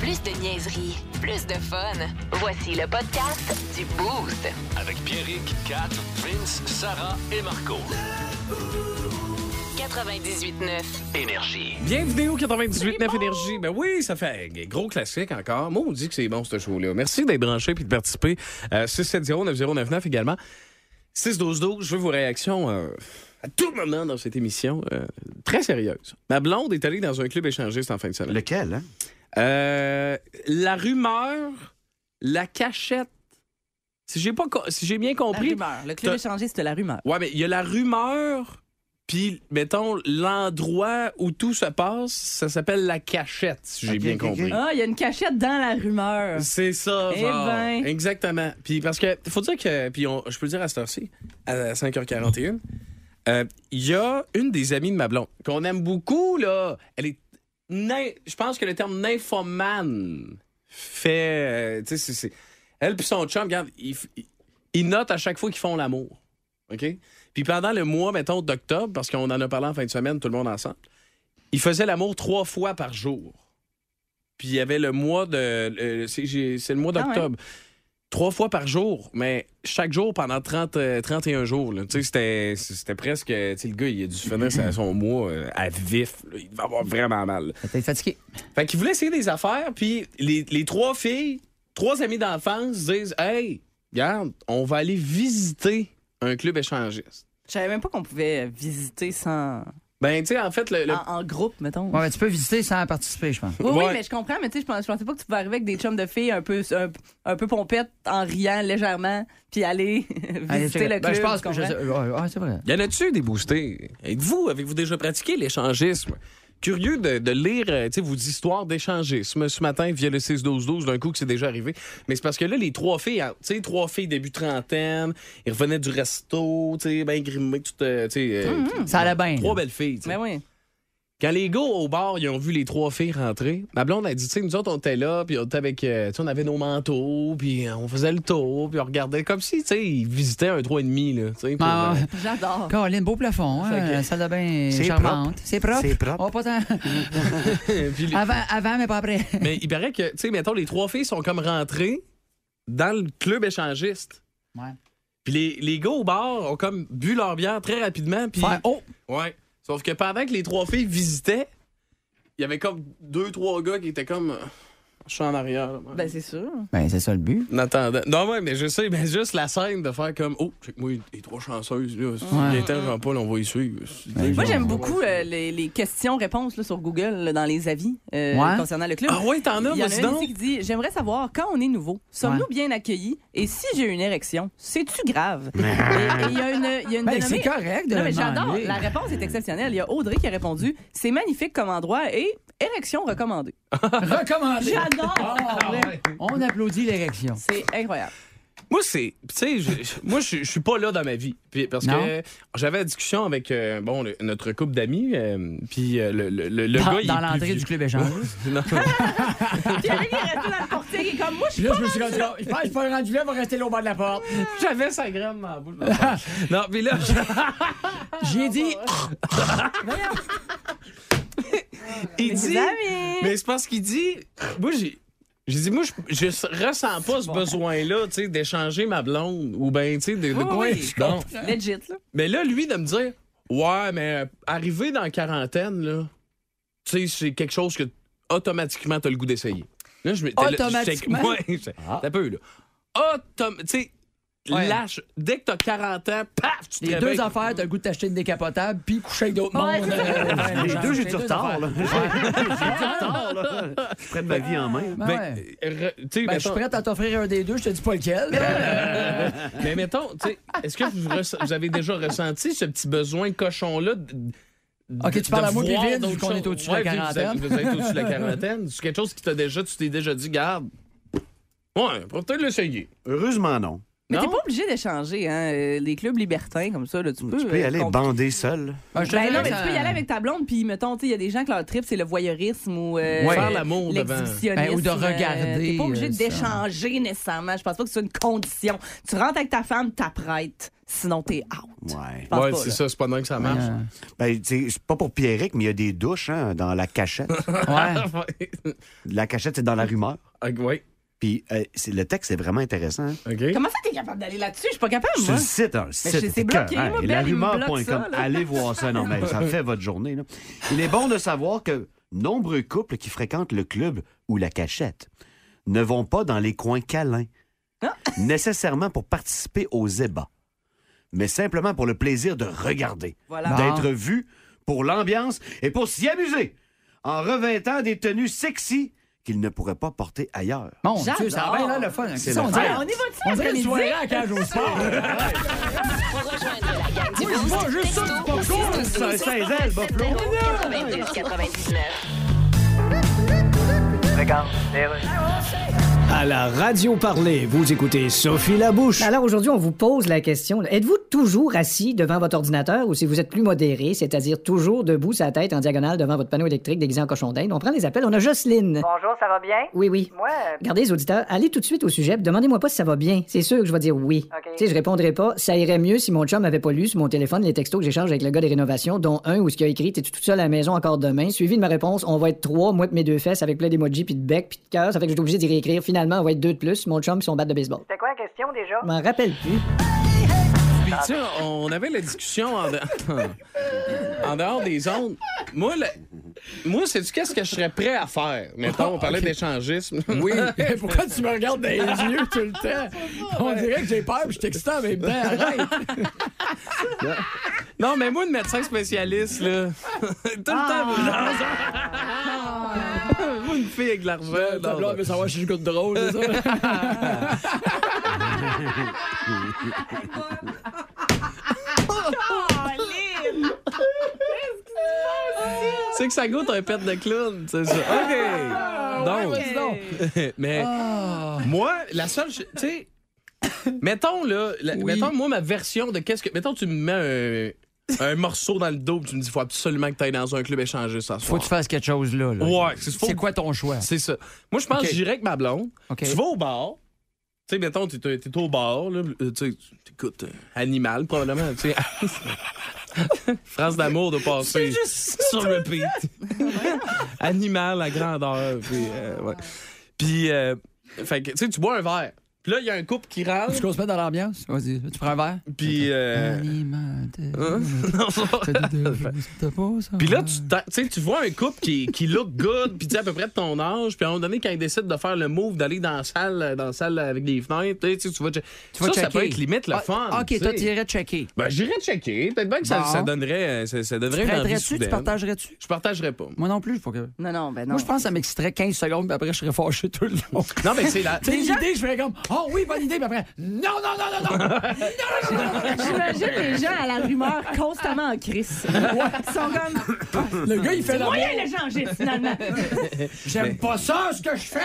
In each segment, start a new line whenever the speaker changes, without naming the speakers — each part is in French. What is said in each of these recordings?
Plus de niaiserie, plus de fun. Voici le podcast du Boost.
Avec Pierrick, Kat, Vince, Sarah et Marco.
98.9.
Énergie.
Bienvenue au 98.9 Énergie. Ben oui, ça fait un gros classique encore. Moi, on dit que c'est bon, ce show-là. Merci d'être branché puis de participer. Euh, 670-9099 également. 612-12, je veux vos réactions euh, à tout moment dans cette émission. euh, très sérieuse. Ma blonde est allée dans un club échangiste en fin de semaine.
Lequel, hein?
Euh, la rumeur, la cachette. Si j'ai pas, co- si j'ai bien
La
compris,
rumeur. Le club
T'as-
échangiste, c'était la rumeur.
Ouais, mais il y a la rumeur, puis, mettons, l'endroit où tout se passe, ça s'appelle la cachette, si j'ai
Ok,
bien
ok,
compris.
ok.
Ah, il y a une cachette dans la rumeur.
C'est ça,
Eh
genre.
ben.
Exactement. Puis, parce que, faut dire que, puis on- je peux le dire à cette heure-ci, à 5h41, euh, il y a une des amies de ma blonde, qu'on aime beaucoup, là. Elle est. nin- Je pense que le terme nymphomane fait. euh, tu sais, c'est- c'est- Elle puis son chum, regarde, ils, f- ils notent à chaque fois qu'ils font l'amour. OK? Puis pendant le mois, mettons, d'octobre, parce qu'on en a parlé en fin de semaine, tout le monde ensemble, ils faisaient l'amour trois fois par jour. Puis il y avait le mois de. euh, c'est j'ai- c'est le mois
Ah ouais.
d'octobre. Trois fois par jour, mais chaque jour pendant 30, euh, 31 jours. là. Tu sais, C'était c'était presque. tu sais, Le gars, il a dû finir sa- son mois euh, à vif. là. Il va avoir vraiment mal.
T'es fatigué.
Fait qu'ils voulaient essayer des affaires, puis les, les trois filles, trois amies d'enfance disent Hey, regarde, on va aller visiter un club échangiste.
Je savais même pas qu'on pouvait visiter sans.
Ben, tu sais, en fait, le. le-
En, en groupe, mettons.
Ouais, mais tu peux visiter sans participer, je pense.
Oui,
Ouais.
oui, mais je comprends, mais tu sais, je pense- je pensais pas que tu pouvais arriver avec des chums de filles un peu, un, un peu pompettes, en riant légèrement, puis aller
Allez,
visiter
checker.
le club.
Ben, je pense
tu
que je-
comprends?
ouais, ouais, c'est vrai.
Y en a-tu des boostés? Êtes-vous, avez-vous déjà pratiqué l'échangisme? Curieux de, de lire euh, tu sais, vos histoires d'échangisme ce matin via le 6-12-12, d'un coup que c'est déjà arrivé. Mais c'est parce que là, les trois filles, hein, tu sais, trois filles début trentaine, ils revenaient du resto, tu sais, ben grimées, tout, euh, tu sais, euh,
Mm-hmm. Ça allait bien.
trois
là.
belles filles. tu sais.
Mais oui.
Quand les gars au bar, ils ont vu les trois filles rentrer, ma blonde a dit, tu sais, nous autres, on était là, puis on était avec, euh, tu sais, on avait nos manteaux, puis euh, on faisait le tour, puis on regardait comme si, tu sais, ils visitaient un 3,5, là, tu sais. pour,
Ah,
euh,
ouais.
J'adore.
Colin, beau plafond, hein,
Fait que-
la salle de bain
C'est
charmante. C'est propre.
C'est propre.
Oh, pas tant.
euh, puis les-
avant, avant, mais pas après.
Mais il paraît que, tu sais, mettons, les trois filles sont comme rentrées dans le club échangiste.
Ouais.
Puis les, les gars au bar ont comme bu leur bière très rapidement. Puis...
Faire- oh,
Ouais. Sauf que pendant que les trois filles visitaient, il y avait comme deux, trois gars qui étaient comme. euh, Je suis en arrière. là.
Ben, c'est sûr.
ben, c'est ça le but.
En attendant. Non, ouais, mais je sais, mais juste la scène de faire comme. Oh, check moi, les trois chanceuses, là. Si il était Jean-Paul, on va y suivre.
Moi, j'aime beaucoup euh, les, les questions-réponses là, sur Google là, dans les avis euh,
Ouais.
concernant le club.
Ah ouais, t'en as,
Il y en a
vas-y
une ici
donc.
qui dit J'aimerais savoir quand on est nouveau, sommes-nous bien accueillis et si j'ai une érection, c'est-tu grave Et- et Euh, Il y a une, il y a une
Ben,
dénommée-
c'est correct de
Non, mais
le
j'adore.
demander.
La réponse est exceptionnelle. Il y a Audrey qui a répondu C'est magnifique comme endroit et érection recommandée.
Recommandé.
J'adore en vrai.
On applaudit l'érection.
C'est incroyable.
Moi, c'est. Tu sais, je- je- moi, je je suis pas là dans ma vie. Puis, parce
Non.
que j'avais la discussion avec euh, bon, le- notre couple d'amis. euh, puis euh, le, le, le- le
Dans,
gars. il
dans
est plus
l'entrée
vieux.
du club échange.
Non.
Puis Eric est resté dans le portique et comme moi, je suis
là, je me suis rendu là. Je pense que je suis pas rendu là, va rester là au bas de la porte.
J'avais sa graine dans la bouche. non, puis là, je-
J'ai dit.
il
Mes
dit.
amis.
Mais c'est parce qu'il dit. Moi, j'ai. J'ai dit, moi, je, je s- ressens pas ce besoin-là, tu sais, d'échanger ma blonde ou ben, tu sais, de, de
Oui,
quoi.
oui.
Non.
legit là.
Mais là, lui, de me dire, ouais, mais euh, arrivé dans la quarantaine, là, tu sais, c'est quelque chose que automatiquement, t'as le goût d'essayer. Là, je me- t'as le-
Automatiquement?
c'est- Ouais, c'est- t'as peu, là. Autom... Tu sais,
Ouais.
lâche. Dès que t'as 40 ans, paf, tu te
Les
réveilles.
deux affaires, t'as le goût de t'acheter une décapotable puis coucher avec d'autres
Ouais,
mondes.
c'est ça.
Euh,
Ah,
ouais,
Les
genre,
deux, j'ai
c'est
du
deux
retard,
affaires.
là. J'ai du retard, là. Je prends ma vie en main.
Ben,
Ben,
ouais.
euh, re- tu sais,
Ben, je suis
mettons-
prête à t'offrir un des deux, je te dis pas lequel. là.
Mais mettons, tu sais, est-ce que vous, resse- vous avez déjà ressenti ce petit besoin cochon-là? d- d-
Ok, tu
de
parles à moi puis
voir
Vince, vu
d'autres
qu'on est
choses?
au-dessus de la
Ouais, vu que vous êtes-
quarantaine.
Vous êtes, au-dessus de la quarantaine. C'est quelque chose qui t'a déjà, tu t'es déjà dit, garde. Ouais, pour peut-être l'essayer.
Heureusement, non.
Mais t'es
Non?
pas obligé d'échanger, hein. euh, Les clubs libertins, comme ça, là, tu peux.
Tu peux y
euh,
aller
con-
bander seul.
Ah, je te
Ben
dirais
non,
que
mais tu
ça-
peux y aller avec ta blonde, puis mettons, tu sais, il y a des gens que leur trip, c'est le voyeurisme ou euh,
Ouais.
Faire l'amour devant.
l'exhibitionnisme,
Ben, ou de
euh,
regarder,
T'es pas obligé
euh, ça.
d'échanger nécessairement. Je pense pas que c'est une condition. Tu rentres avec ta femme, t'apprêtes. Sinon, t'es out.
Ouais.
Je pense
Ouais,
pas,
c'est
là.
ça, c'est pas dingue que ça marche.
Ben, tu sais, c'est pas pour Pierrick, mais il y a des douches hein, dans la cachette.
Ouais.
la cachette, c'est dans la rumeur.
Ah, ouais.
Puis euh, c'est- le texte, c'est vraiment intéressant. hein.
OK.
Comment ça, t'es capable d'aller là-dessus? Je suis pas capable,
Sur
moi.
le site, hein, le
Ben, je-
site.
c'est bloqué,
écœurant.
moi,
Et
Ben, il me bloque
larumeur.com.
ça, là.
Allez voir ça. Non, mais ça fait votre journée. là. Il est bon de savoir que nombreux couples qui fréquentent le club ou la cachette ne vont pas dans les coins câlins,
Ah.
nécessairement pour participer aux ébats, mais simplement pour le plaisir de regarder,
Voilà.
d'être vu, pour l'ambiance et pour s'y amuser, en revêtant des tenues sexy qu'ils ne pourraient pas porter ailleurs.
Mon Dieu, ça
J'adore.
a bien l'air le fun. hein.
C'est
Ça,
le
on
fun.
dirait-
Alors, on y va-tu
On dirait une
après-midi?
soirée à la cage au sport.
Rejoignez la gang du
Oui, je vois
Boost.
juste ça, du popcorn,
texto
ça,
612
ça, elle, Buffalo.
90 99.
À la radio parler, vous écoutez Sophie Labouche.
Alors aujourd'hui, on vous pose la question. là. Êtes-vous toujours assis devant votre ordinateur ou si vous êtes plus modéré, c'est-à-dire toujours debout, sa tête en diagonale devant votre panneau électrique déguisé en cochon d'Inde? On prend les appels. On a Jocelyne.
Bonjour, ça va bien?
Oui, oui.
Moi, euh,
Regardez les auditeurs, allez tout de suite au sujet, puis demandez-moi pas si ça va bien. C'est sûr que je vais dire oui.
OK.
Tu sais, je répondrai pas. Ça irait mieux si mon chum avait pas lu sur mon téléphone les textos que j'échange avec le gars des rénovations, dont un où ce qu'il a écrit T'es-tu toute seule à la maison encore demain Suivi de ma réponse On va être trois, moi et mes deux fesses avec plein d'emojis, puis de bec, puis de cœur. Ça fait que je suis obligé d'y réécrire. Finalement, on va être deux de plus, mon chum, puis son bat de baseball.
c'était quoi la question déjà?
Je m'en rappelle plus.
Puis, tu sais, on avait la discussion en, de- en dehors des ondes. Moi, le- moi sais-tu qu'est-ce que je serais prêt à faire? Mettons, on parlait d'échangisme.
Oui. Pourquoi tu me regardes dans les yeux tout le temps? On dirait que j'ai peur puis je t'excite en même temps. Arrête.
Non, mais moi, le médecin spécialiste, là. Tout le temps, vous
Ah.
Moi, une fille avec de l'argent.
Ta blonde veut
non,
savoir si je goûte drôle, c'est ça?
C'est que ça goûte un pet de clown, c'est ça. Ah. OK. Donc.
Ah, Ouais, vas-y donc. Ah.
mais moi, la seule. ch- Tu sais, mettons, là, la- mettons, moi, ma version de qu'est-ce que. Mettons, tu me mets un, un morceau dans le dos puis tu me dis, faut absolument que tu ailles dans un club échanger ça.
Faut que tu fasses quelque chose là. là.
Ouais, c'est faut-
C'est quoi ton choix?
C'est ça. Moi, je pense
OK.
que j'irais avec ma blonde.
OK.
Tu vas au bar. Tu sais, mettons, t'es, t'es au bar, là, euh, tu sais, t'écoutes euh, Animal, probablement, tu sais. France d'amour de passer sur le repeat. Animal à grandeur, puis euh, ouais. Puis, euh, fait que, tu sais, tu bois un verre. Puis là, il y a un couple qui
Tu
rentre,
qu'on se met dans l'ambiance?
Vas-y, tu prends un verre?
puis... euh,
Animal, t'es-
hein? Non, ça va.
t'as des deux- t'as pas ça?
Puis là, tu, t'as- tu sais, tu vois un couple qui, qui look good, puis tu sais, à peu près de ton âge, puis à un moment donné, quand ils décident de faire le move, d'aller dans la salle, euh, dans la salle avec des fenêtres, tu sais, tu vas, che-
Tu vas
ça, ça
checker.
peut être limite le
Ah,
fun. tu
OK,
sais.
toi, tu irais checker.
Ben, j'irais checker. Peut-être bien que ça,
Bon.
ça donnerait, euh, ça, ça donnerait une envie
Prêterais-tu? Tu
soudaine.
partagerais-tu?
Je partagerais pas.
Moi non plus, faut que.
Non, non, ben non.
Moi, je pense que ça m'exciterait 15 secondes, puis après, je serais fâché tout le long.
Non, mais c'est la...
C'est l'idée, je fais comme,
Ah
oh oui, bonne idée, puis après, non, non, non, non, non.
J'imagine les gens à la rumeur constamment en crise. Ils sont comme.
Le gars, il fait la
Moyen l'échanger, finalement.
J'aime pas ça, ce que je fais.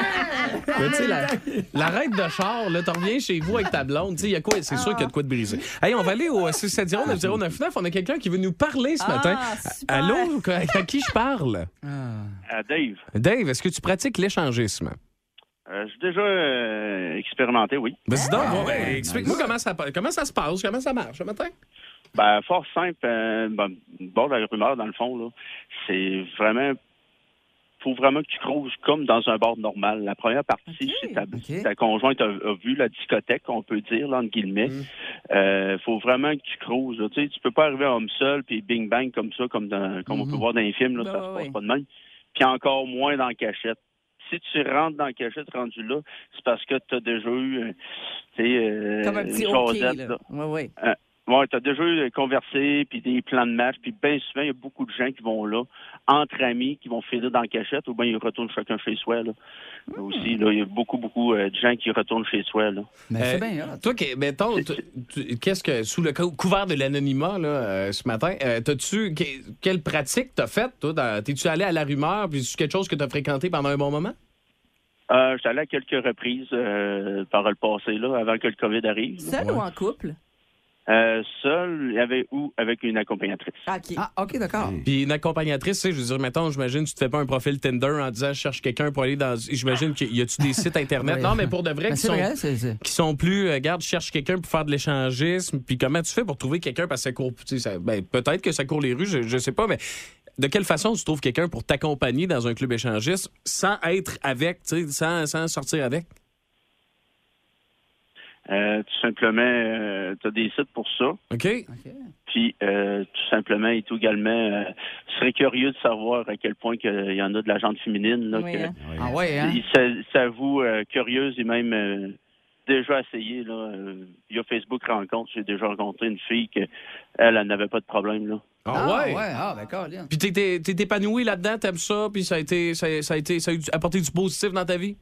Mais tu sais, la, la raide de char, là, t'en reviens chez vous avec ta blonde. Tu sais, il y a quoi? C'est sûr qu'il y a de quoi de briser. Hey, on va aller au euh, 670-909. On a quelqu'un qui veut nous parler ce
Ah,
matin.
super.
Allô? À, à qui je parle?
à Euh, Dave.
Dave, est-ce que tu pratiques l'échangisme?
Euh, J'ai déjà euh, expérimenté, oui.
Vas-y donc, bon, ben, explique-moi comment ça, pa- comment ça se passe, comment ça marche ce matin.
Ben, fort simple, euh, ben, une barre de la rumeur, dans le fond, là, c'est vraiment... faut vraiment que tu creuses comme dans un bar normal. La première partie, si ta,
Ben,
si ta conjointe a, a vu la discothèque, on peut dire, là, entre guillemets,
Mm.
euh, faut vraiment que tu creuses. là. Tu sais, tu peux pas arriver homme seul, puis bing-bang comme ça, comme, dans- comme on peut voir dans les films, là,
Ben
ça se
ouais,
passe
ouais.
pas de même. Puis encore moins dans la cachette. Si tu rentres dans la cachette rendu là, c'est parce que tu as déjà eu... euh, tu sais, euh,
Comme un petit
une
hockey,
jasette,
là.
là.
Ouais, ouais.
Ouais, t'as déjà eu conversé, puis des plans de match, puis bien souvent, il y a beaucoup de gens qui vont là, entre amis, qui vont filer dans la cachette, ou bien ils retournent chacun chez soi, là.
Hmm.
Là Aussi, là, il y a beaucoup, beaucoup euh, de gens qui retournent chez soi, là.
Mais
Euh,
Ben, c'est bien, là.
Toi, que- mettons, tu- tu- qu'est-ce que, sous le cou- couvert de l'anonymat, là, euh, ce matin, euh, t'as-tu, que- quelle pratique t'as faite, toi? dans- T'es-tu allé à la rumeur, puis c'est quelque chose que t'as fréquenté pendant un bon moment?
Euh, J'étais allé à quelques reprises euh, par le passé, là, avant que le COVID arrive.
Seul ou en couple?
Euh, seul, avec, ou avec une accompagnatrice.
Ah, OK. d'accord.
Puis une accompagnatrice, tu sais, je veux dire, mettons, j'imagine, tu te fais pas un profil Tinder en disant je cherche quelqu'un pour aller dans. J'imagine qu'il y a-tu des sites Internet?
Oui.
Non, mais pour de vrai,
Ben,
qui
c'est
sont,
vrai, c'est- c'est-
qui sont plus. euh, Regarde, je cherche quelqu'un pour faire de l'échangisme. Puis comment tu fais pour trouver quelqu'un parce que ça court. tu sais, ça- ben, Peut-être que ça court les rues, je, je sais pas, mais de quelle façon tu trouves quelqu'un pour t'accompagner dans un club échangiste sans être avec, tu sais, sans, sans sortir avec?
Euh, tout simplement, euh, tu as des sites pour ça.
OK?
Puis, euh, tout simplement et tout également, euh, je serais curieux de savoir à quel point que il y en a de la gente féminine. Là,
Oui,
que-
hein. Ah ouais, hein?
Il s'a- s'avoue euh, curieuse et même euh, déjà essayé. Là, euh, il y a Facebook rencontre, j'ai déjà rencontré une fille que elle, elle n'avait pas de problème. Là.
Ah ouais?
Ah, d'accord, Lynn.
Puis t'es- t'es t'es épanoui là-dedans, t'aimes ça, puis ça a été, ça, ça a été, ça a eu du- apporté du positif dans ta vie?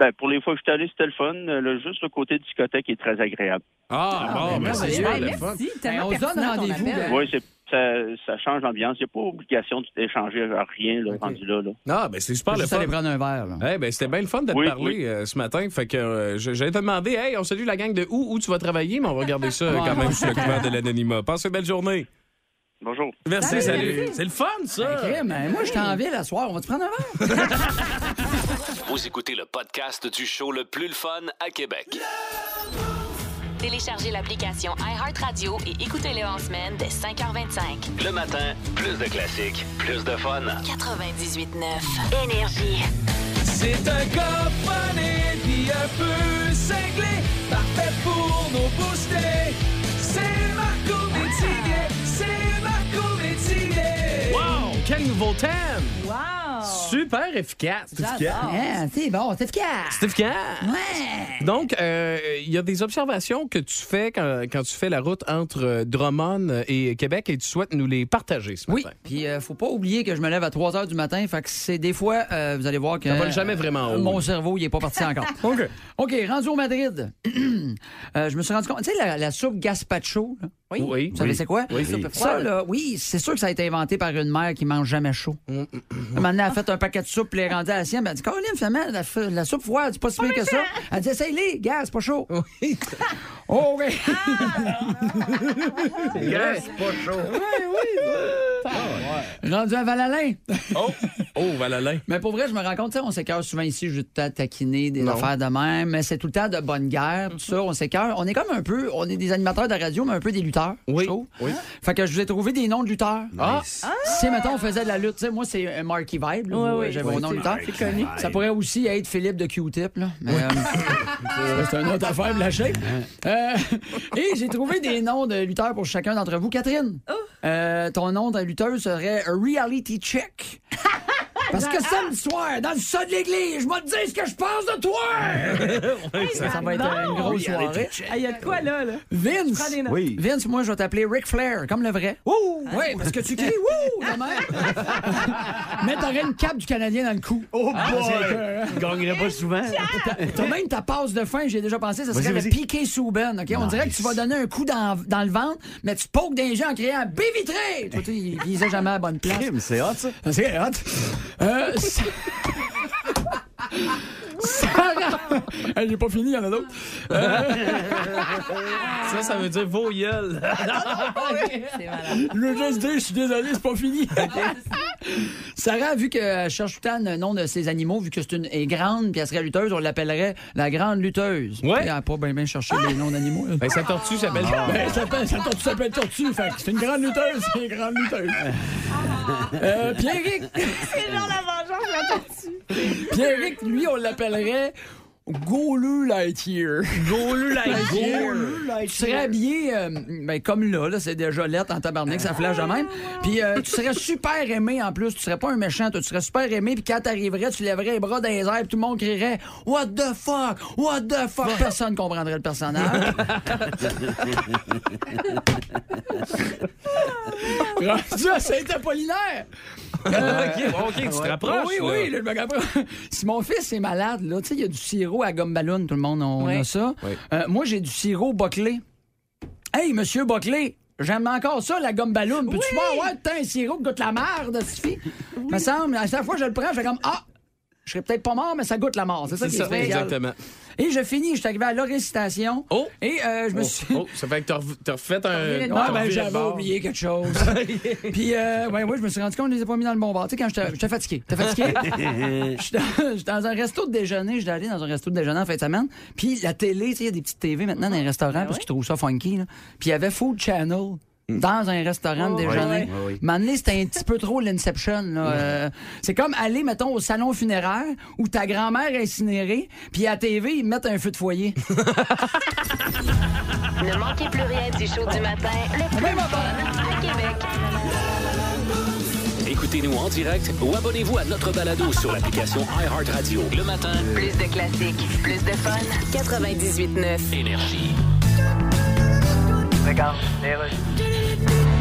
Ben, pour les fois que je suis allé, c'était le fun. Euh, Le, juste le côté discothèque est très agréable.
Ah, bon, ben, c'est
Ben,
le fun.
merci.
Ben, on
Tellement
se donne
pertinent ton
rendez-vous,
appel.
ben.
Oui, ça, ça change l'ambiance. Il n'y a pas obligation d'échanger à rien là, rendu là. là.
Ah, ben c'est super
Juste
le fun.
aller prendre un verre, là.
Eh ben, c'était bien le fun de te
Oui,
parler
oui.
euh, ce matin. Fait que euh, je- j'allais te demander, hey, on salue la gang de où, où tu vas travailler, mais on va regarder ça euh, quand même sous le couvert de l'anonymat. Passe une belle journée.
Bonjour.
Merci, salut. C'est le fun, ça.
Crime, hein, moi, je t'en ville la soir. On va te prendre un verre?
Vous écoutez le podcast du show le plus le fun à Québec.
Téléchargez l'application iHeartRadio et écoutez-le en semaine dès 5h25.
Le matin, plus de classiques, plus de fun.
98.9. Énergie.
C'est un copané, puis un peu cinglé, parfait pour nos booster. C'est Marco Métivier, c'est Marco Métivier. Wow, quel nouveau thème!
Wow!
Super efficace.
J'adore.
Ah, c'est bon, c'est efficace.
C'est efficace. Donc, euh, il y a des observations que tu fais quand, quand tu fais la route entre euh, Drummond et Québec et tu souhaites nous les partager ce
Oui,
matin.
puis euh, faut pas oublier que je me lève à 3 heures du matin, fait que c'est des fois, euh, vous allez voir que... euh,
Ça vole jamais vraiment haut.
Mon cerveau, il est pas parti encore.
OK.
OK, rendu au Madrid. Euh, je me suis rendu compte, tu sais, la, la soupe gazpacho, là?
Oui. Oui.
Vous savez c'est quoi?
Oui.
Ça, là, oui, c'est sûr que ça a été inventé par une mère qui mange jamais chaud.
Mm,
Un moment donné, elle a fait un paquet de soupe, puis elle est rendue à la sienne, puis elle a dit, Caroline, finalement, la, f- la soupe froide, c'est pas si pire que ça. Elle dit, essaye-les, gars, c'est pas chaud.
Oui.
Oh, oui. Rendu à Valalin.
Oh, oh Valalin.
Mais pour vrai, je me rends compte, tu sais, on s'écœure souvent ici, je vais tout le temps taquiner des
Non.
affaires de même, mais c'est tout le temps de bonne guerre, tout ça, on s'écœure. On est comme un peu, on est des animateurs de radio, mais un peu des lutteurs,
Oui,
je trouve.
oui.
Fait que je vous ai trouvé des noms de lutteurs.
Ah,
Si, mettons, on faisait de la lutte, tu sais, moi, c'est euh, Marky Vibe, là, vous-
oui,
j'avais mon
oui,
nom
c'est-
de lutteur.
c'est connu.
Ça pourrait aussi être Philippe de Q-Tip, là. mais, euh, c'est une autre affaire, la shape. Euh, et j'ai trouvé des noms de lutteurs pour chacun d'entre vous. Catherine,
Oh.
euh, ton nom de lutteur serait Reality Check. Parce que samedi soir, dans le sol de l'église, je vais te dire ce que je pense de toi! ça, ça va être euh, une grosse soirée.
Ah, il y a de quoi là, là?
Vince!
Prenez note.
Oui.
Vince, moi, je vais t'appeler Ric Flair, comme le vrai. Ouh! Oui, parce que tu cries Wouh! de même. Mais t'aurais une cape du Canadien dans le cou.
Oh boy! Je gagnerais pas souvent.
T'as même ta passe de fin, j'ai déjà pensé, ça serait
Vas-y,
le
vas-y.
piqué Souben. Ben, OK? On dirait que tu vas donner un coup dans, dans le ventre, mais tu pokes des gens en criant Bé vitré! Toi, tu sais, il visait jamais à la bonne place.
Crime, c'est hot, ça.
C'est hot. Euh, ça- Sarah. Hey, J'ai pas fini, il y en a d'autres.
ça, ça veut dire vos gueules.
C'est malade.
Le juste dire, je suis désolé, c'est pas fini. Sarah, vu qu'elle cherche tout le temps le nom de ses animaux, vu que c'est une elle est grande puis elle serait lutteuse, on l'appellerait la grande lutteuse.
Ouais.
Elle a pas bien bien cherché les noms d'animaux. elle.
Ben, sa tortue s'appelle.
Ah.
Ben, ça s'appelle- ça tortue s'appelle tortue, fait que c'est une grande lutteuse, c'est une grande lutteuse. Euh, Pierrick,
Ah. C'est genre la vengeance, la tortue.
Pierrick, lui, on l'appellerait Golu Lightyear. Golu Lightyear. Tu serais habillé euh, ben, comme là, là c'est déjà lettre en tabarnak, ça flash de même. Puis euh, tu serais super aimé en plus, tu serais pas un méchant, toi, tu serais super aimé, puis quand t'arriverais, tu lèverais les bras dans les airs, puis tout le monde crierait « What the fuck? What the fuck? » Personne comprendrait le personnage. Rendu à Saint-Apollinaire! Euh,
OK, ok, tu te rapproches.
Oui,
là.
oui, là, je me rapproche. Si mon fils est malade, là, tu sais, il y a du sirop à gomme ballon, tout le monde, on
Oui.
a ça.
Oui.
Euh, moi, j'ai du sirop boclé. Hey, monsieur boclé! J'aime encore ça, la gomme ballon. Peux-tu pas avoir tout le temps un sirop qui goûte la merde, Stifi? Me semble, à chaque fois que je le prends, je fais comme Ah! Je serais peut-être pas mort, mais ça goûte la mort. C'est ça qui est spécial.
exactement.
Et je finis, je suis arrivé à l'organisation.
Oh!
Et euh, je me
Oh,
suis.
oh, ça fait que t'as rev- t'as refait un.
Ouais,
t'as
ben,
reviré de
j'avais
bord.
oublié quelque chose. Puis, euh, ouais, moi, je me suis rendu compte que je les ai pas mis dans le bon bar. Tu sais, quand j'étais j'étais fatigué. J'étais fatigué. J'étais dans- j'étais dans un resto de déjeuner. J'étais allé dans un resto de déjeuner en fin de semaine. Puis, la télé, tu sais, il y a des petites TV maintenant dans les restaurants
Ah
parce qu'ils trouvent ça funky. là. Puis, il y avait Food Channel. Dans un restaurant de
Oh, ouais.
déjeuner.
Ouais, ouais.
M'amener, c'était un petit peu trop l'Inception. là. Euh, c'est comme aller, mettons, au salon funéraire où ta grand-mère est incinérée, puis à la TV, ils mettent un feu de foyer.
Ne manquez plus rien du show du matin, le plus fun à Québec.
Écoutez-nous en direct ou abonnez-vous à notre balado sur l'application iHeartRadio. Le matin,
Plus de classiques, plus de fun. 98.9.
énergie.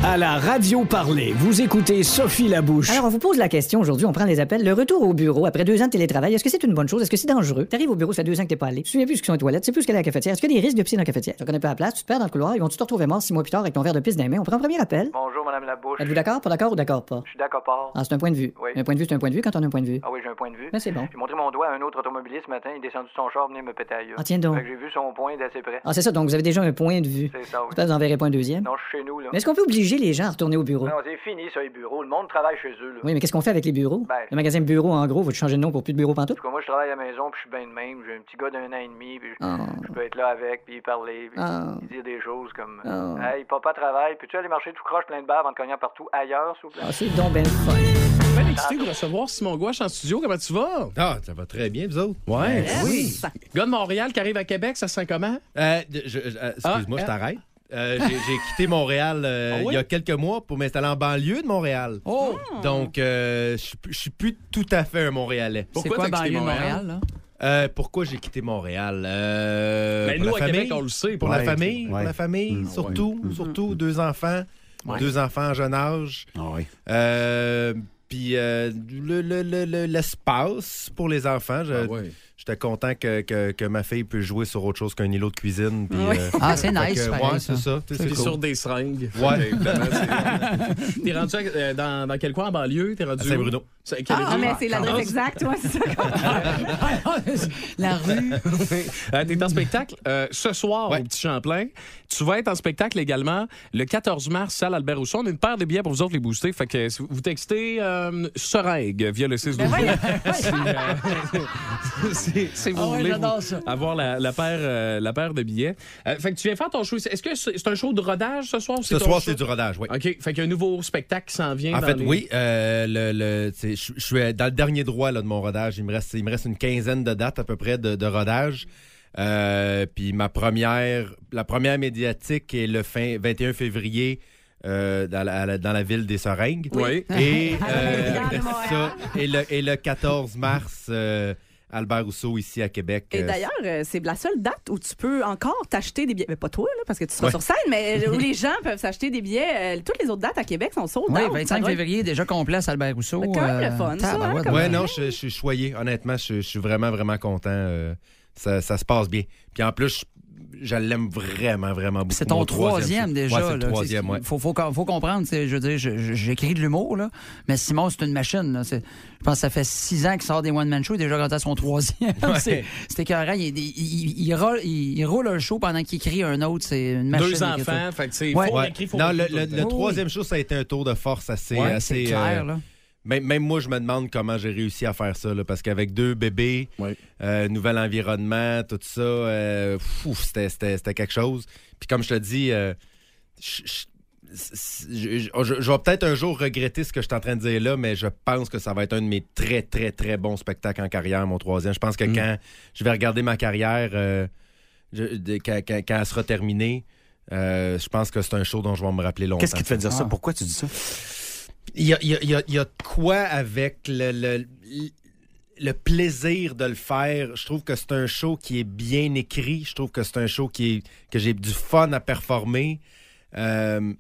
À la radio parler, vous écoutez Sophie Labouche.
Alors, on vous pose la question aujourd'hui, on prend les appels. Le retour au bureau après deux ans de télétravail, est-ce que c'est une bonne chose? Est-ce que c'est dangereux? T'arrives au bureau, ça fait deux ans que t'es pas allé. Tu te souviens plus ce qu'ils sont aux toilettes, tu sais plus ce qu'elle est à la cafetière. Est-ce qu'il y a des risques de pisser dans la cafetière? Tu connais pas la place, tu te perds dans le couloir, ils vont-tu te retrouver mort six mois plus tard avec ton verre de pisse dans les mains? On prend un premier appel.
Bonjour, Madame Labouche.
Êtes-vous d'accord, pas d'accord ou d'accord pas?
Je suis d'accord. pas.
Ah, c'est un point de vue.
Oui.
Un point de vue, c'est un point de vue quand on a un point de vue.
Ah oui, j'ai un point de vue.
Mais c'est bon.
J'ai montré mon doigt à un autre automobiliste ce matin. Il est descendu de son char, venir me péter ailleurs.
Ah, tiens donc.
J'ai vu son point d'assez près.
Ah, c'est ça, donc vous avez déjà un point de vue.
C'est ça, oui.
J'espère que vous en verrez pas un deuxième.
Non, je suis chez nous, là.
Mais est-ce qu'on peut obliger les gens à retourner au bureau?
Non, c'est fini, ça, les bureaux. Le monde travaille chez eux, là.
Oui, mais qu'est-ce qu'on fait avec les bureaux?
Ben-
Le magasin bureau, en gros, faut-tu changer de nom pour plus de bureau pantoute?
En tout cas, moi, je travaille à la maison, puis je suis bien de même. J'ai un petit gars d'un an et demi, puis je,
Ah.
je peux être là avec, puis parler, puis
Ah.
dire des choses comme...
Ah.
Hey, papa travaille, puis tu aller marcher tout croche plein de barres en te cognant partout ailleurs, s'il vous plaît?
Ah, c'est donc ben le fun.
Ben excité de recevoir Simon Gouache en studio. Comment tu vas?
Ah, ça va très bien, vous autres.
Ouais. Oui. Gars de Montréal qui arrive à Québec, ça se sent comment?
Euh, de- je- je- euh, Excuse-moi,
Ah,
je
ah.
t'arrête. Euh, j'ai- J'ai quitté Montréal euh,
Ah oui?
il y a quelques mois pour m'installer en banlieue de Montréal.
Oh!
Donc, euh, je suis plus- je suis plus tout à fait un Montréalais.
C'est Pourquoi quoi t'as quitté banlieue de Montréal? Montréal, là?
Euh, pourquoi j'ai quitté Montréal? Euh,
Ben,
pour
nous,
la
à Québec,
famille.
on le sait,
Pour
ouais.
la famille, pour
Ouais.
la famille,
Mm,
surtout,
ouais. Mm.
surtout deux enfants,
Ouais.
deux enfants en jeune âge. Euh, Puis euh, le- le- le- le- l'espace pour les enfants, je- j'étais content que, que- que ma fille puisse jouer sur autre chose qu'un îlot de cuisine. puis,
Ouais.
euh,
Ah, c'est
fait
nice,
que,
pareil,
ouais,
ça.
c'est ça. tu sais,
Puis
c'est
sur
cool.
des seringues.
Ouais.
T'es rendu à- euh, dans, dans quel coin en banlieue? T'es
À
rendu
Saint-Bruno.
C'est- quel
Ah,
rue?
mais c'est l'adresse exacte, ouais, c'est ça.
La rue.
Euh, T'es en spectacle euh, ce soir au Petit Champlain. Tu vas être en spectacle également le 14 mars, salle Albert Rousseau. On a une paire de billets pour vous autres les booster. Fait que si vous textez euh, seringue via le 6
Ben
12 euh, si, si vous
Ah ouais,
voulez vous-
j'adore ça.
avoir la, la paire, euh, la paire de billets. Euh, fait que tu viens faire ton show. ici. Est-ce que c'est c'est un show de rodage ce soir? ou
Ce
ton
soir,
show?
c'est du rodage, oui.
OK. Fait qu'il y a un nouveau spectacle qui s'en vient.
En
dans
fait,
les-
oui, euh, le- le- tu sais, je je suis dans le dernier droit là, de mon rodage. Il me, reste, il me reste une quinzaine de dates à peu près de, de rodage. Euh, puis ma première, la première médiatique est le fin 21 février euh, dans, la, à la- dans la ville des Seringues.
Oui.
Et,
À la
euh,
Ville de
ça, et, le, et le 14 mars, euh, Albert Rousseau ici à Québec.
Et
Euh,
d'ailleurs, euh, c'est la seule date où tu peux encore t'acheter des billets. Mais pas toi, là, parce que tu seras
Ouais.
sur scène, mais euh, où les gens peuvent s'acheter des billets. Euh, toutes les autres dates à Québec sont sold
Oui,
out. Ça
25
doit être-
février, déjà complet à Albert Rousseau. euh,
C'est quand même le fun, ça, hein,
tabarouette.
Ouais, non, je, je suis choyé. Honnêtement, je, je suis vraiment, vraiment content. Euh, ça, ça se passe bien. Puis en plus, je, je l'aime vraiment, vraiment beaucoup.
C'est ton
Mon
troisième
c'est-
déjà.
Ouais, c'est le
là.
troisième,
C'est-
ouais.
faut, faut, faut comprendre. c'est- Je veux dire, je- je- j'écris de l'humour, là. Mais Simon, c'est une machine. là. C'est- Je pense que ça fait six ans qu'il sort des one-man shows. Il est déjà rendu à son troisième.
Ouais.
C'est c'est écœurant. Il, il, il- il roule, il- il roule un show pendant qu'il écrit un autre. C'est
ben,
une machine.
Deux
d'écriture.
enfants. Fait que c'est
Ouais.
faut
Ouais.
écrire, faut
Non, le,
écrire
le-
tout le
le
temps.
troisième show, ça a été un tour de force assez.
Ouais,
assez, euh,
c'est clair, là.
Même, même moi, je me demande comment j'ai réussi à faire ça, là, parce qu'avec deux bébés, euh, nouvel environnement, tout ça, euh, fou, c'était- c'était c'était quelque chose. Puis comme je te dis, euh, je- je- je, je- je- je vais peut-être un jour regretter ce que je suis en train de dire là, mais je pense que ça va être un de mes très, très, très bons spectacles en carrière, mon troisième. Je pense
Mm.
que quand je vais regarder ma carrière, euh, je- de- quand, quand- quand elle sera terminée, euh, je pense que c'est un show dont je vais me rappeler longtemps.
Qu'est-ce qui te fait dire ça?
Ah.
Pourquoi tu dis ça?
Il y a, il y a- il y a- il y a de quoi avec le, le- le plaisir de le faire. Je trouve que c'est un show qui est bien écrit. Je trouve que c'est un show qui est, que j'ai du fun à performer. Euh,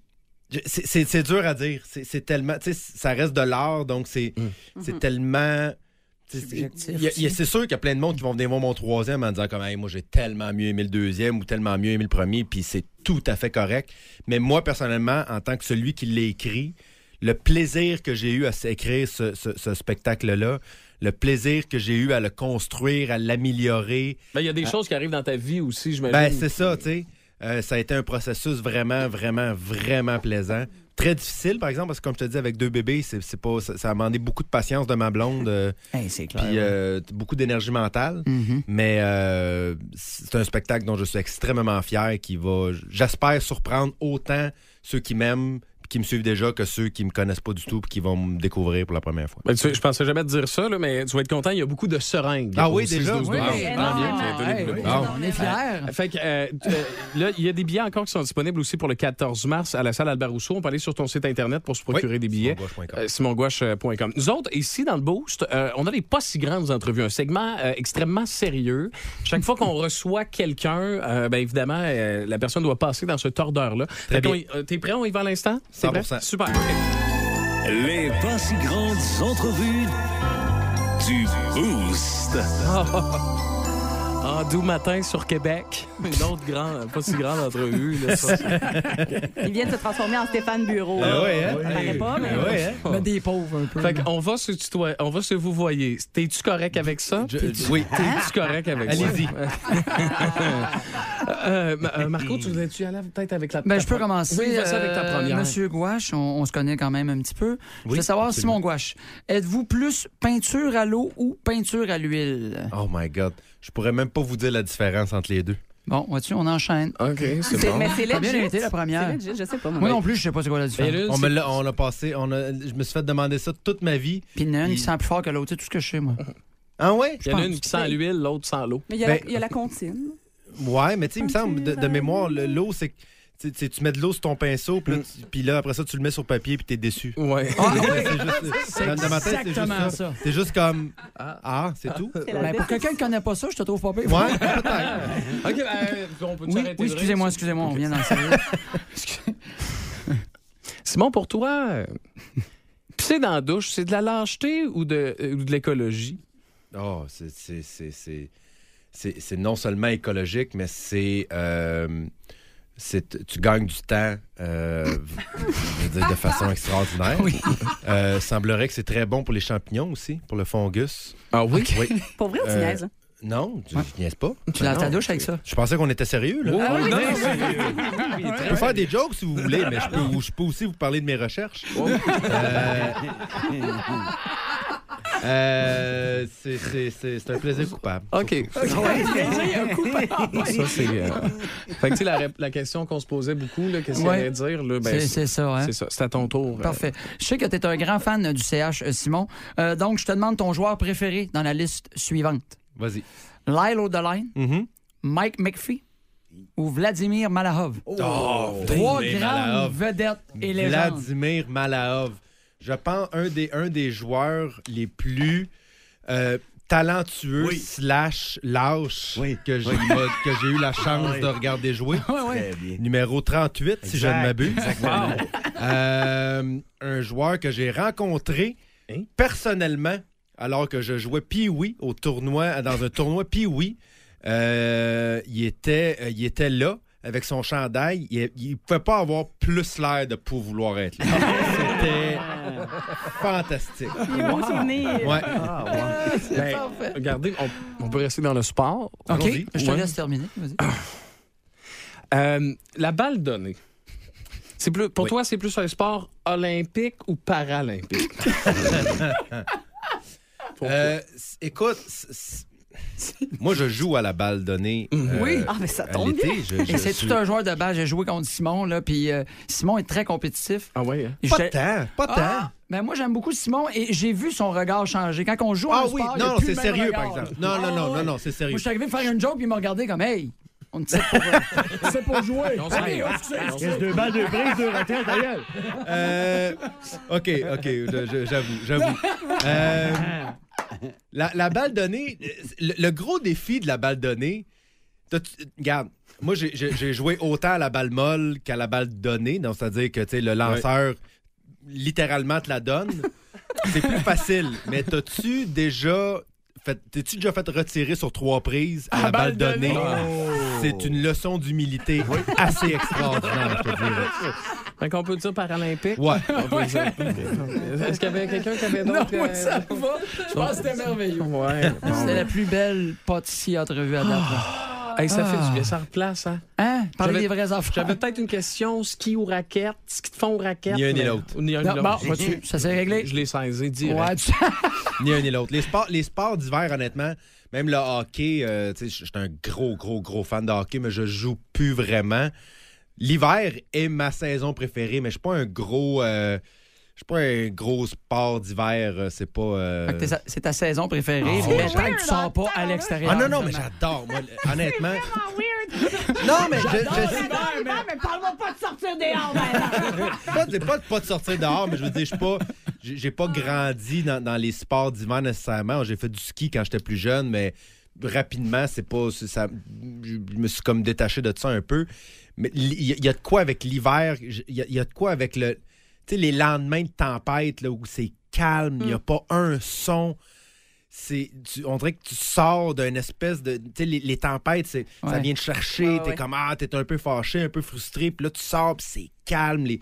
je- c'est- c'est c'est dur à dire. C'est c'est tellement. tu sais, Ça reste de l'art, donc c'est c'est
Mhm.
tellement. tu sais,
Subjectif
il y a- il y a-
aussi.
C'est sûr qu'il y a plein de monde qui vont venir voir mon troisième en disant comme Hey, moi j'ai tellement mieux aimé le deuxième ou tellement mieux aimé le premier, puis c'est tout à fait correct. Mais moi, personnellement, en tant que celui qui l'a écrit, le plaisir que j'ai eu à s- écrire ce, ce- ce spectacle-là, le plaisir que j'ai eu à le construire, à l'améliorer.
Ben, il y a des
À-
choses qui arrivent dans ta vie aussi, j'imagine.
Ah. ben, c'est ça, tu sais. Euh, ça a été un processus vraiment, vraiment, vraiment plaisant. Très difficile, par exemple, parce que comme je te dis, avec deux bébés, c'est, c'est pas, ça, ça a demandé beaucoup de patience de ma blonde. euh, Puis euh, t- beaucoup d'énergie mentale. Mais euh, c'est un spectacle dont je suis extrêmement fier, qui va, j'espère, surprendre autant ceux qui m'aiment, qui me suivent déjà, que ceux qui me connaissent pas du tout, puis qui vont me découvrir pour la première fois.
Ben, tu sais, je pensais jamais te dire ça, là, mais tu vas être content, il y a beaucoup de seringues.
Ah oui,
Au 6,
déjà?
12,
Oui,
12.
mais
Ah,
non.
bien, t'as donné
Hey,
le
oui,
bon.
non, on est fiers.
Euh, fait que, euh, t- euh, là, il y a des billets encore qui sont disponibles aussi pour le 14 mars à la salle Albert Rousseau. On peut aller sur ton site Internet pour se procurer des billets. Euh, simongouache.com. Nous autres, ici, dans le Boost, euh, on a des pas si grandes entrevues. Un segment euh, extrêmement sérieux. Chaque fois qu'on reçoit quelqu'un, euh, ben, évidemment, euh, la personne doit passer dans ce tordeur-là. Fait qu'on y- euh, T'es prêt? On y va à l'instant? C'est prêt?
100%.
Super.
Les pas si grandes entrevues du Boost.
Ah, doux matin sur Québec. Une autre grande, pas si grande entrevue. Là, ça.
Il vient de se transformer en Stéphane Bureau.
Ah ouais, hein?
Ça paraît pas, mais...
Ah ouais, hein? Mais
Ben, des pauvres un peu.
Fait qu'on va se tutoyer, on va se vous voyez. T'es-tu correct avec ça?
oui.
T'es-tu correct avec ça?
Allez-y.
Euh, Ma- euh, Marco, tu voulais-tu aller peut-être avec la
Ben,
ta
je peux
pre-
commencer.
Oui, vas-y avec ta
Euh,
première.
Monsieur Gouache, on, on se connaît quand même un petit peu. je
Oui,
voulais savoir,
absolument.
Simon Gouache, êtes-vous plus peinture à l'eau ou peinture à l'huile?
Oh my God. Je pourrais même pas vous dire la différence entre les deux.
Bon, vois-tu, on enchaîne.
OK,
C'est- bon. mais c'est T'as bien legit. été la première.
C'est legit, je sais pas.
Moi non plus, je sais pas c'est quoi la différence.
on me l'a, on a passé, on a- je me suis fait demander ça toute ma vie.
Puis il y en a une qui sent plus fort que l'autre, c'est tout ce que je sais, moi.
Ah ouais?
Il y en a une qui sent l'huile, l'autre sent l'eau.
Mais il y, a
Ben-
la- il y a la comptine.
Ouais, mais tu sais, il me semble, de, de mémoire, le- l'eau, c'est que tu- tu tu mets de l'eau sur ton pinceau, puis là, tu- puis là, après ça, tu le mets sur papier, puis t'es déçu.
Ouais.
Ah!
C'est juste- dans ma tête, c'est juste ça.
exactement ça.
T'es juste comme, ah, c'est tout?
Ben, pour quelqu'un qui connaît pas ça, je te trouve pas pire.
Ouais,
OK, ben, on peut
Oui, oui, excusez-moi, excusez-moi, on vient d'en
Simon, pour toi, euh, pisser dans la douche, c'est de la lâcheté ou de, euh, ou de l'écologie?
Oh, c'est- c'est- c'est- c'est c'est- c'est non seulement écologique, mais c'est. euh, c'est- tu gagnes du temps euh, je veux dire, de façon extraordinaire. Euh, semblerait que c'est très bon pour les champignons aussi, pour le fongus.
Ah oui?
Pour vrai, tu niaises, hein?
Non, tu- je niaise pas.
Tu laves ta douche avec ça?
Je pensais qu'on était sérieux,
Oh,
là.
Ah oui,
Non,
oui,
c'est-
oui, oui,
je peux faire des jokes si vous voulez, mais je peux, je peux aussi vous parler de mes recherches.
Oh.
Euh, euh, c'est- c'est c'est- c'est un plaisir coupable.
OK. Ça, c'est. euh, Fait que, tu sais, la, rép- la question qu'on se posait beaucoup, là, qu'est-ce qu'il
Ouais.
allait dire, là, ben,
C'est- c'est ça, hein?
C'est ça. C'est à ton tour. euh,
Parfait. Je sais que tu es un grand fan du CH, euh, Simon. Euh, donc, je te demande ton joueur préféré dans la liste suivante.
Vas-y.
Lyle O'Donnell, Mike McPhee ou Vladimir Malahov. Trois
Oh! Vladimir
grandes
Malahov.
vedettes et légendes.
Vladimir Malahov. Je pense un des, un des joueurs les plus euh, talentueux slash lâches que j'ai m'a- que j'ai eu la chance
Oui.
de regarder jouer.
oui.
Très bien.
Numéro 38, si je ne
Exact,
m'abuse.
exactement.
Ah. Euh, un joueur que j'ai rencontré personnellement alors que je jouais Pee-Wee au tournoi, dans un tournoi Pee-Wee. Euh, il, était, euh, il était là avec son chandail. Il ne pouvait pas avoir plus l'air de pour vouloir être là. C'était fantastique.
Il a un beau souvenir.
Ouais.
ben, regardez, on, on peut rester dans le sport.
OK, je te
Ouais.
laisse terminer. Vas-y.
Ah,
Euh, la balle donnée. C'est plus, pour toi, c'est plus un sport olympique ou paralympique?
Euh, c- écoute, c- c- moi, je joue à la balle donnée. euh,
Oui.
Ah, mais ça
à
tombe
l'été.
bien.
Je- je
Et c'est
suis-
tout un joueur de balle. J'ai joué contre Simon, là, puis euh, Simon est très compétitif.
Ah ouais? hein?
Pas tant, pas tant.
Ben moi, j'aime beaucoup Simon et j'ai vu son regard changer. Quand on joue à
Ah
un
oui,
sport, il y a
non, non,
plus
c'est
le même
sérieux,
regard.
par exemple. Non,
Ah,
non, non,
ouais.
non, non, c'est sérieux.
Moi, je suis arrivé à faire une joke, puis il m'a regardé comme, hey, on te sait pour,
C'est pour jouer.
On s'en va.
Allez,
Reste deux balles, deux prises, deux ratés, d'ailleurs.
Euh, OK, OK, je- je- j'avoue, j'avoue. Euh, la, la balle donnée, le, le gros défi de la balle donnée, t'as- tu- regarde, moi, j'ai- j'ai j'ai joué autant à la balle molle qu'à la balle donnée, donc c'est-à-dire que tu sais, le lanceur littéralement te la donne. C'est plus facile, mais t'as-tu déjà fait, t'es-tu déjà fait retirer sur trois prises à, la balle, donnée? C'est une leçon d'humilité assez extraordinaire, je te dirais.
Fait qu'on peut dire paralympique.
Ouais.
On peut dire. Est-ce qu'il y avait quelqu'un qui avait
Non,
d'autres.
moi,
euh,
ça me va. Je pense que c'était merveilleux.
Ouais.
C'était la plus belle pâtisserie entrevue à date. là.
Hey, ça fait
Ah.
du bien, ça replace, hein?
Hein? Parler
J'avais-
des vrais enfants.
J'avais peut-être une question ski ou raquette, ski de fond ou raquette.
Ni un ni
mais-
l'autre.
Ou Ni un ni
Non,
l'autre.
bon, vas-tu,
ça s'est réglé.
Je l'ai saisi direct.
Ouais, tu-
ni un ni l'autre. Les sports, les sports d'hiver, honnêtement, même le hockey, euh, tu sais, je suis un gros, gros, gros fan de hockey, mais je joue plus vraiment. L'hiver est ma saison préférée, mais je suis pas un gros. euh, je suis pas un gros sport d'hiver. euh, C'est pas. euh,
Fait que t'es sa- C'est ta saison
Ah,
préférée,
Oh.
mais tant que tu sors pas à l'extérieur.
Ah non, non, mais
justement.
j'adore, moi, le- honnêtement. Non, mais je-
J'adore
je-
l'hiver,
Ah, mais parle-moi pas de sortir dehors,
Pas de, pas, de- pas de sortir dehors, mais je veux dire, je suis pas. J'ai j'ai pas grandi dans, dans les sports d'hiver nécessairement. J'ai fait du ski quand j'étais plus jeune, mais rapidement, c'est pas. c'est- Ça, je je me suis comme détaché de ça un peu. Mais il y, a- il y a de quoi avec l'hiver, il y, a- il y a de quoi avec le. Tu sais, les lendemains de tempête, là, où c'est calme, il n'y a pas un son. C'est, tu- on dirait que tu sors d'une espèce de. Tu sais, les, les tempêtes, c'est, ça
Ouais.
vient te chercher.
Ouais,
t'es
ouais.
comme, ah, t'es un peu fâché, un peu frustré. Puis là, tu sors, puis c'est calme. les-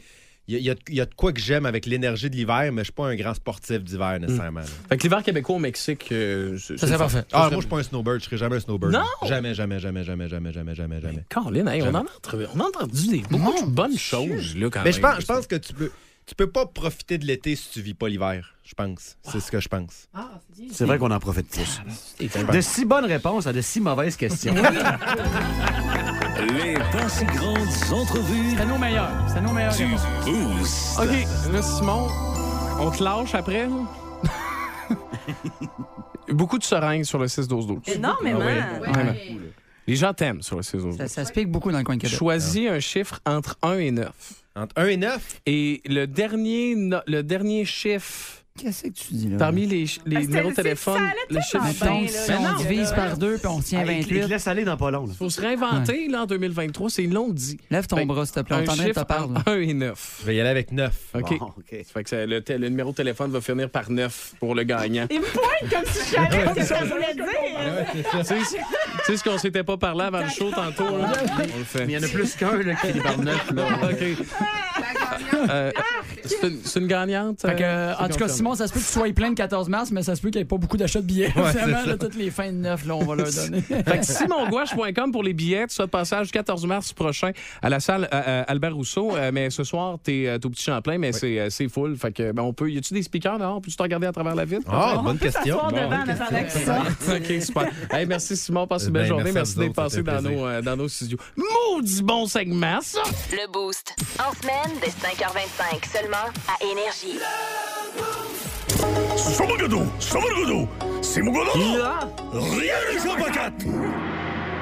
Il y a, il y a- il y a de quoi que j'aime avec l'énergie de l'hiver, mais je suis pas un grand sportif d'hiver, nécessairement.
Fait que l'hiver québécois au Mexique. euh,
Ça,
c'est- c'est
c'est
le fun.
parfait. Ah, moi, je suis pas un snowbird. Je serai jamais un snowbird.
Non!
Jamais, jamais, jamais, jamais, jamais, jamais, jamais, jamais.
Caroline, hey, on, en a entre- on a entendu des, beaucoup de bonnes choses, là, quand
Mais
même.
je pense, je pense que tu peux, tu peux pas profiter de l'été si tu vis pas l'hiver. Je pense. C'est ce que je pense.
C'est vrai qu'on en profite plus. De
De
si bonnes réponses à de si mauvaises questions.
Les pas si grandes entrevues.
C'est nos meilleurs. C'est nos meilleurs.
Du Boost.
OK, là, Simon, on te lâche après, là? Beaucoup de seringues sur le 6-12-12.
Énormément.
Ah oui,
Ouais.
vraiment. Les gens t'aiment sur le 6-12-12.
Ça, ça se pique beaucoup dans le coin de Québec.
Choisis
Ah.
un chiffre entre 1 et 9.
Entre 1 et 9?
Et le dernier, no- le dernier chiffre.
Qu'est-ce que tu dis
Euh,
là?
Parmi les, ch- les
Parce que
numéros de
Ah, c'est-
téléphone,
ça allait
le chiffre.
tellement bien, là, si on
Ben non,
divise
là.
par deux, puis on tient
Hey,
28.
Laisse aller dans pas long. là.
Faut se réinventer là, en 2023, c'est long dit.
Lève ton bras, s'il te plaît, on
ben, un
t'entend,
chiffre
t'en parles.
entre 1 et 9.
Je vais y aller avec 9.
OK. Ça fait que ça- le, tél- le numéro de téléphone va finir par 9 pour le gagnant.
Il me pointe comme si je savais ce que ça voulait dire.
Tu sais, c'est- tu sais ce qu'on s'était pas parlé avant le show tantôt. hein? On le fait.
Mais il y en a plus qu'un là, qui est par neuf. Là.
OK.
Ah,
Euh, c'est une- c'est une gagnante.
Fait que,
euh,
en tout cas,
confirmé.
Simon, ça se peut que tu sois plein le 14 mars, mais ça se peut qu'il n'y ait pas beaucoup d'achats de billets.
Ouais,
Vraiment,
c'est
là,
ça.
toutes les fins de neuf, là, on va leur donner.
Fait que simongouache.com pour les billets. Tu seras de passage 14 mars prochain à la salle euh, euh, Albert Rousseau. Euh, mais ce soir, t'es euh, t'es au petit Champlain, mais c'est, euh, c'est full. Fait que, ben, on peut. Y a-tu des speakers dehors? Peux-tu te regarder à travers la vitre?
Ah,
Peut-être?
bonne question.
s'asseoir devant
bonne
en attendant
question. OK, super. Hey, merci Simon. Passe une
Ben,
belle journée.
merci
Merci,
à vous
d'être
autres,
passé
c'était un
dans
plaisir.
nos, euh, dans nos studios. Maudit bon segment, ça!
Le Boost. En semaine, dès 5h25, seulement à Énergie.
C'est mon gars
Là,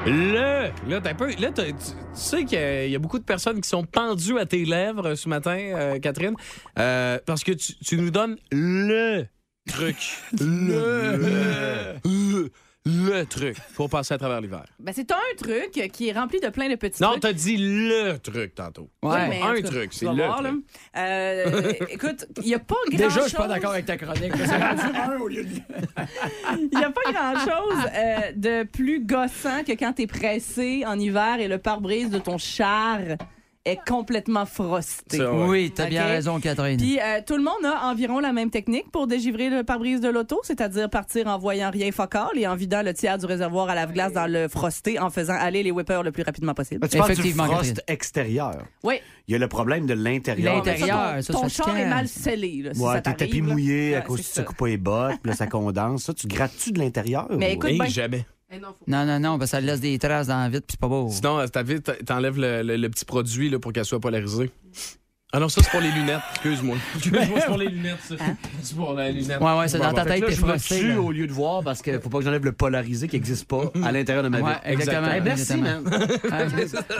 Le! Là, t'as un peu. Là, t'as- tu, tu sais qu'il y a- il y a beaucoup de personnes qui sont pendues à tes lèvres euh, ce matin, euh, Catherine, euh, parce que tu, tu nous donnes le truc. le, le, le truc pour passer à travers l'hiver.
Ben, c'est un truc qui est rempli de plein de petits
Non,
trucs.
t'as dit le truc tantôt.
Oui, mais en
un
tout cas,
truc, c'est
tu vas
le.
voir,
truc.
là. Euh, écoute, il n'y a pas grand
Déjà, je suis pas d'accord avec ta chronique. là, c'est rendu un au lieu de-
Il n'y a pas grand-chose euh, de plus gossant que quand tu es pressé en hiver et le pare-brise de ton char est complètement frosté.
Ça, ouais. Oui, t'as bien
OK?
raison, Catherine.
Puis euh, tout le monde a environ la même technique pour dégivrer le pare-brise de l'auto, c'est-à-dire partir en voyant rien focal et en vidant le tiers du réservoir à lave-glace dans le frosté en faisant aller les whippers le plus rapidement possible.
Là, Ben, tu parles du frost extérieur.
Oui.
Il y a le problème de l'intérieur.
Mais ça, ton, ton char est mal scellé. Là, si
Ouais,
ça
t'es
t'arrive,
tapis
là.
mouillé à
Ouais,
cause
c'est
que tu
ça.
te coupes les bottes, puis là, ça condense. Ça, tu grattes-tu de l'intérieur?
Mais écoute, ben-
jamais.
Non, non, non, parce que ça laisse des traces dans la vitre, puis c'est pas beau.
Sinon, euh, ta vie, t- t'enlèves le, le- le petit produit là, pour qu'elle soit polarisée. Ah non, ça, c'est pour les lunettes. Excuse-moi. Excuse-moi, c'est pour les lunettes, ça. C'est pour les lunettes.
Hein? Ouais, ouais, c'est
Bon,
dans ta
bon.
tête,
ben, Fait que là,
t'es
je me
frosté,
tue
là.
au lieu de voir parce qu'il faut pas que j'enlève le polarisé qui n'existe pas à l'intérieur de ma vie.
Ouais, exactement.
Eh, merci, man.
exactement.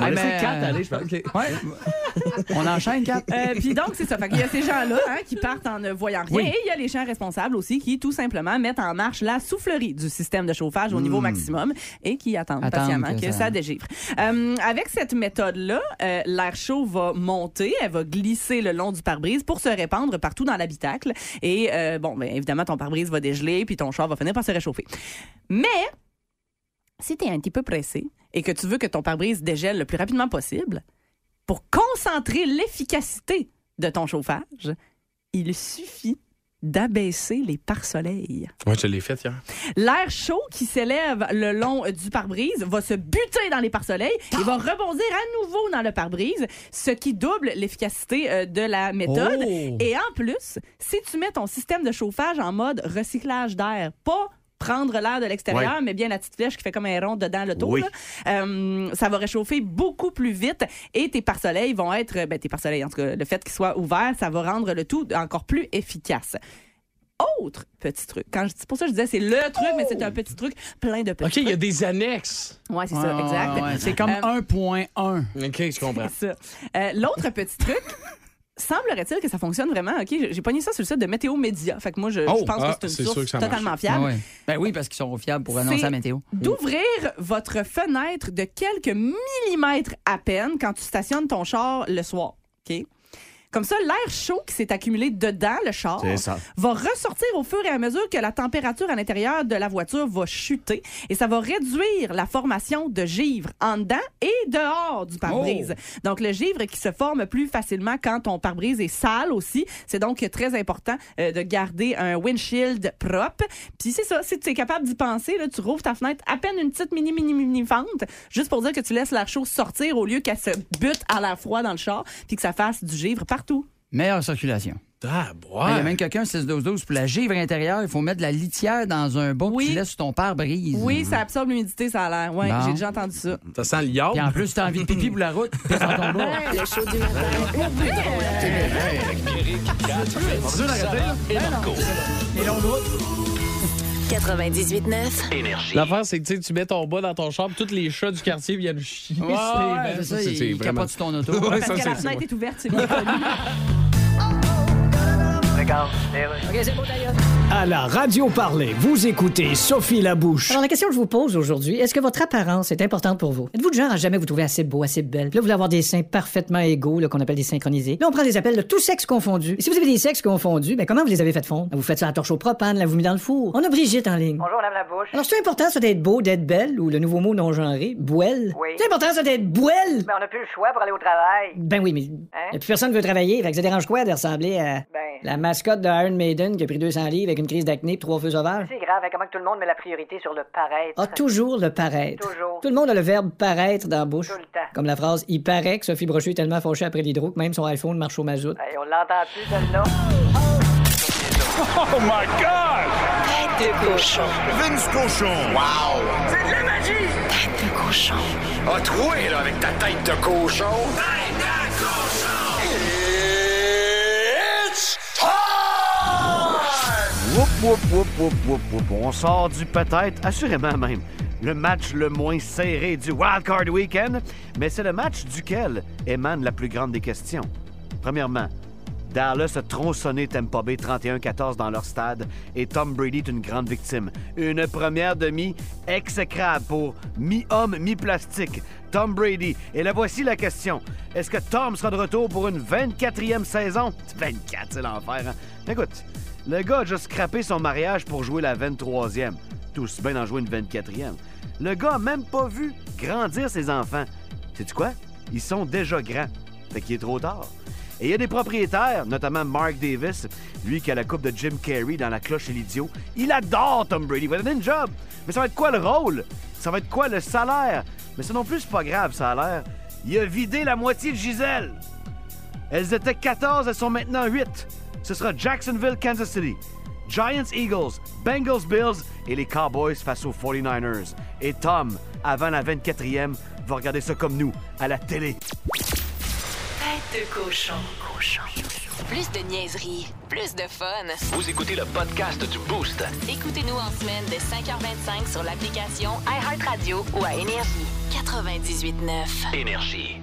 On
Ouais,
laisse
mais,
les quatre
euh,
aller, je pense.
Ouais. On enchaîne, Kat.
Euh, Puis donc, c'est ça. Fait qu'il y a ces gens-là hein, qui partent en ne voyant rien.
Oui.
Et il y a les gens responsables aussi qui, tout simplement, mettent en marche la soufflerie du système de chauffage au
Mm.
niveau maximum et qui attendent
Attendre
patiemment
que
que,
ça-
ça... dégivre. Euh, avec cette méthode-là, euh, l'air chaud va monter, elle va glisser le long du pare-brise pour se répandre partout dans l'habitacle. Et euh, bon, ben, évidemment, ton pare-brise va dégeler puis ton char va finir par se réchauffer. Mais si t'es un petit peu pressé et que tu veux que ton pare-brise dégèle le plus rapidement possible, pour concentrer l'efficacité de ton chauffage, il suffit d'abaisser les pare-soleils.
Ouais, je l'ai fait hier.
L'air chaud qui s'élève le long du pare-brise va se buter dans les pare-soleils et va rebondir à nouveau dans le pare-brise, ce qui double l'efficacité euh, de la méthode.
Oh!
Et en plus, si tu mets ton système de chauffage en mode recyclage d'air, pas prendre l'air de l'extérieur,
Ouais.
mais bien la petite flèche qui fait comme un rond dedans le tour, euh,
Oui.
ça va réchauffer beaucoup plus vite et tes pare-soleils vont être, ben, tes pare-soleils, en tout cas, le fait qu'ils soient ouverts, ça va rendre le tout encore plus efficace autre petit truc. Quand je, c'est pour ça que je disais c'est le truc, mais c'est un petit truc plein de petits
OK, il y a des annexes.
Ouais, c'est
Ouais,
ça,
ouais,
exact.
Ah, ouais, c'est comme
Euh,
1.1.
OK, je comprends.
c'est ça. Euh, L'autre petit truc. Semblerait-il que ça fonctionne vraiment. OK, J'ai- j'ai pogné ça sur le site de Météo Média. Fait que moi, je, je
Oh!
pense
Ah,
que c'est
c'est
une
sûr
source
que ça marche.
totalement fiable.
Ah ouais. Ben oui, parce qu'ils sont fiables pour
C'est
annoncer la météo.
D'ouvrir votre fenêtre de quelques millimètres à peine quand tu stationnes ton char le soir. OK? Comme ça, l'air chaud qui s'est accumulé dedans le char
C'est ça.
va ressortir au fur et à mesure que la température à l'intérieur de la voiture va chuter et ça va réduire la formation de givre en dedans et dehors du pare-brise.
Oh!
Donc le givre qui se forme plus facilement quand ton pare-brise est sale aussi, c'est donc très important euh, de garder un windshield propre. Puis c'est ça, si tu es capable d'y penser, là, tu rouvres ta fenêtre à peine une petite mini mini mini fente juste pour dire que tu laisses l'air chaud sortir au lieu qu'elle se bute à l'air froid dans le char puis que ça fasse du givre partout.
Meilleure circulation.
Ah,
Ben, Il y a même quelqu'un, 6-12-12, pour la givre intérieure, il faut mettre de la litière dans un bas qui laisse sur ton pare-brise.
Oui, ça absorbe l'humidité, ça a l'air. Ouais,
Bon.
j'ai déjà entendu ça.
Ça sent le yard.
Puis en plus, t'as envie de pipi pour la route, pisse dans ton bas.
Le show du matin. Le plus drôle à Québec.
Et
98.9.
Énergie. L'affaire, c'est que tu sais, tu mets ton bas dans ton char, puis tous les chats du quartier viennent chier.
Ouais, ouais, c'est ça, ils
c'est
capotent sur ton auto.
Ouais,
Parce
ça,
que la
c'est-
fenêtre est ouverte, c'est bien connu.
À la radio parler, vous écoutez Sophie Labouche.
Alors, la question que je vous pose aujourd'hui, est-ce que votre apparence est importante pour vous? Êtes-vous de genre à jamais vous trouver assez beau, assez belle? Puis là, vous voulez avoir des seins parfaitement égaux, là, qu'on appelle des synchronisés. Là, on prend des appels de tous sexes confondus. Et si vous avez des sexes confondus, ben, comment vous les avez fait fondre? Vous faites ça à la torche au propane, là, vous mis dans le four. On a Brigitte en ligne.
Bonjour, Madame Labouche.
Alors, c'est important, ça, d'être beau, d'être belle, ou le nouveau mot non-genré, bouelle?
Oui.
C'est important, ça, d'être bouelle?
Mais on n'a plus le choix pour aller au travail.
Ben oui, mais
Hein?
y a plus personne qui veut travailler, fait que ça dérange quoi de ressembler à
Ben.
la mascotte de Iron Maiden qui a pris 200 livres avec une crise d'acné et trois feux sauvages?
C'est grave, hein, comment que tout le monde met la priorité sur le paraître.
Ah, toujours le paraître.
Toujours.
Tout le monde a le verbe paraître dans la bouche.
Tout le temps.
Comme la phrase Il paraît que Sophie Brochu est tellement fauchée après l'hydro que même son iPhone marche au mazout.
Hey, on l'entend plus, celle-là.
Oh my God! Tête de cochon.
Vince cochon. Wow!
C'est de la magie! Tête de cochon.
A troué, là, avec ta tête de cochon.
Tête de cochon! It's
Whoop, whoop, whoop, whoop, whoop, whoop. On sort du peut-être, assurément même, le match le moins serré du Wild Card Weekend, mais c'est le match duquel émane la plus grande des questions. Premièrement, Dallas a tronçonné Tampa Bay 31-14 dans leur stade et Tom Brady est une grande victime. Une première demi exécrable pour mi-homme, mi-plastique. Tom Brady. Et là, voici la question. Est-ce que Tom sera de retour pour une 24e saison? 24, c'est l'enfer, hein? Écoute, le gars a juste scrappé son mariage pour jouer la 23e. Tout aussi bien d'en jouer une 24e. Le gars a même pas vu grandir ses enfants. Sais-tu quoi? Ils sont déjà grands. Fait qu'il est trop tard. Et il y a des propriétaires, notamment Mark Davis, lui qui a la coupe de Jim Carrey dans La cloche et l'idiot. Il adore Tom Brady. Il va donner une job. Mais ça va être quoi le rôle? Ça va être quoi le salaire? Mais ça non plus, c'est pas grave, ça a l'air. Il a vidé la moitié de Gisèle. Elles étaient 14, elles sont maintenant 8. Ce sera Jacksonville, Kansas City, Giants, Eagles, Bengals, Bills et les Cowboys face aux 49ers. Et Tom, avant la 24e, va regarder ça comme nous, à la télé.
Tête de cochon. Cochon. Plus de niaiserie, plus de fun.
Vous écoutez le podcast du Boost.
Écoutez-nous en semaine de 5h25 sur l'application iHeartRadio ou à Énergie. 98.9.
Énergie.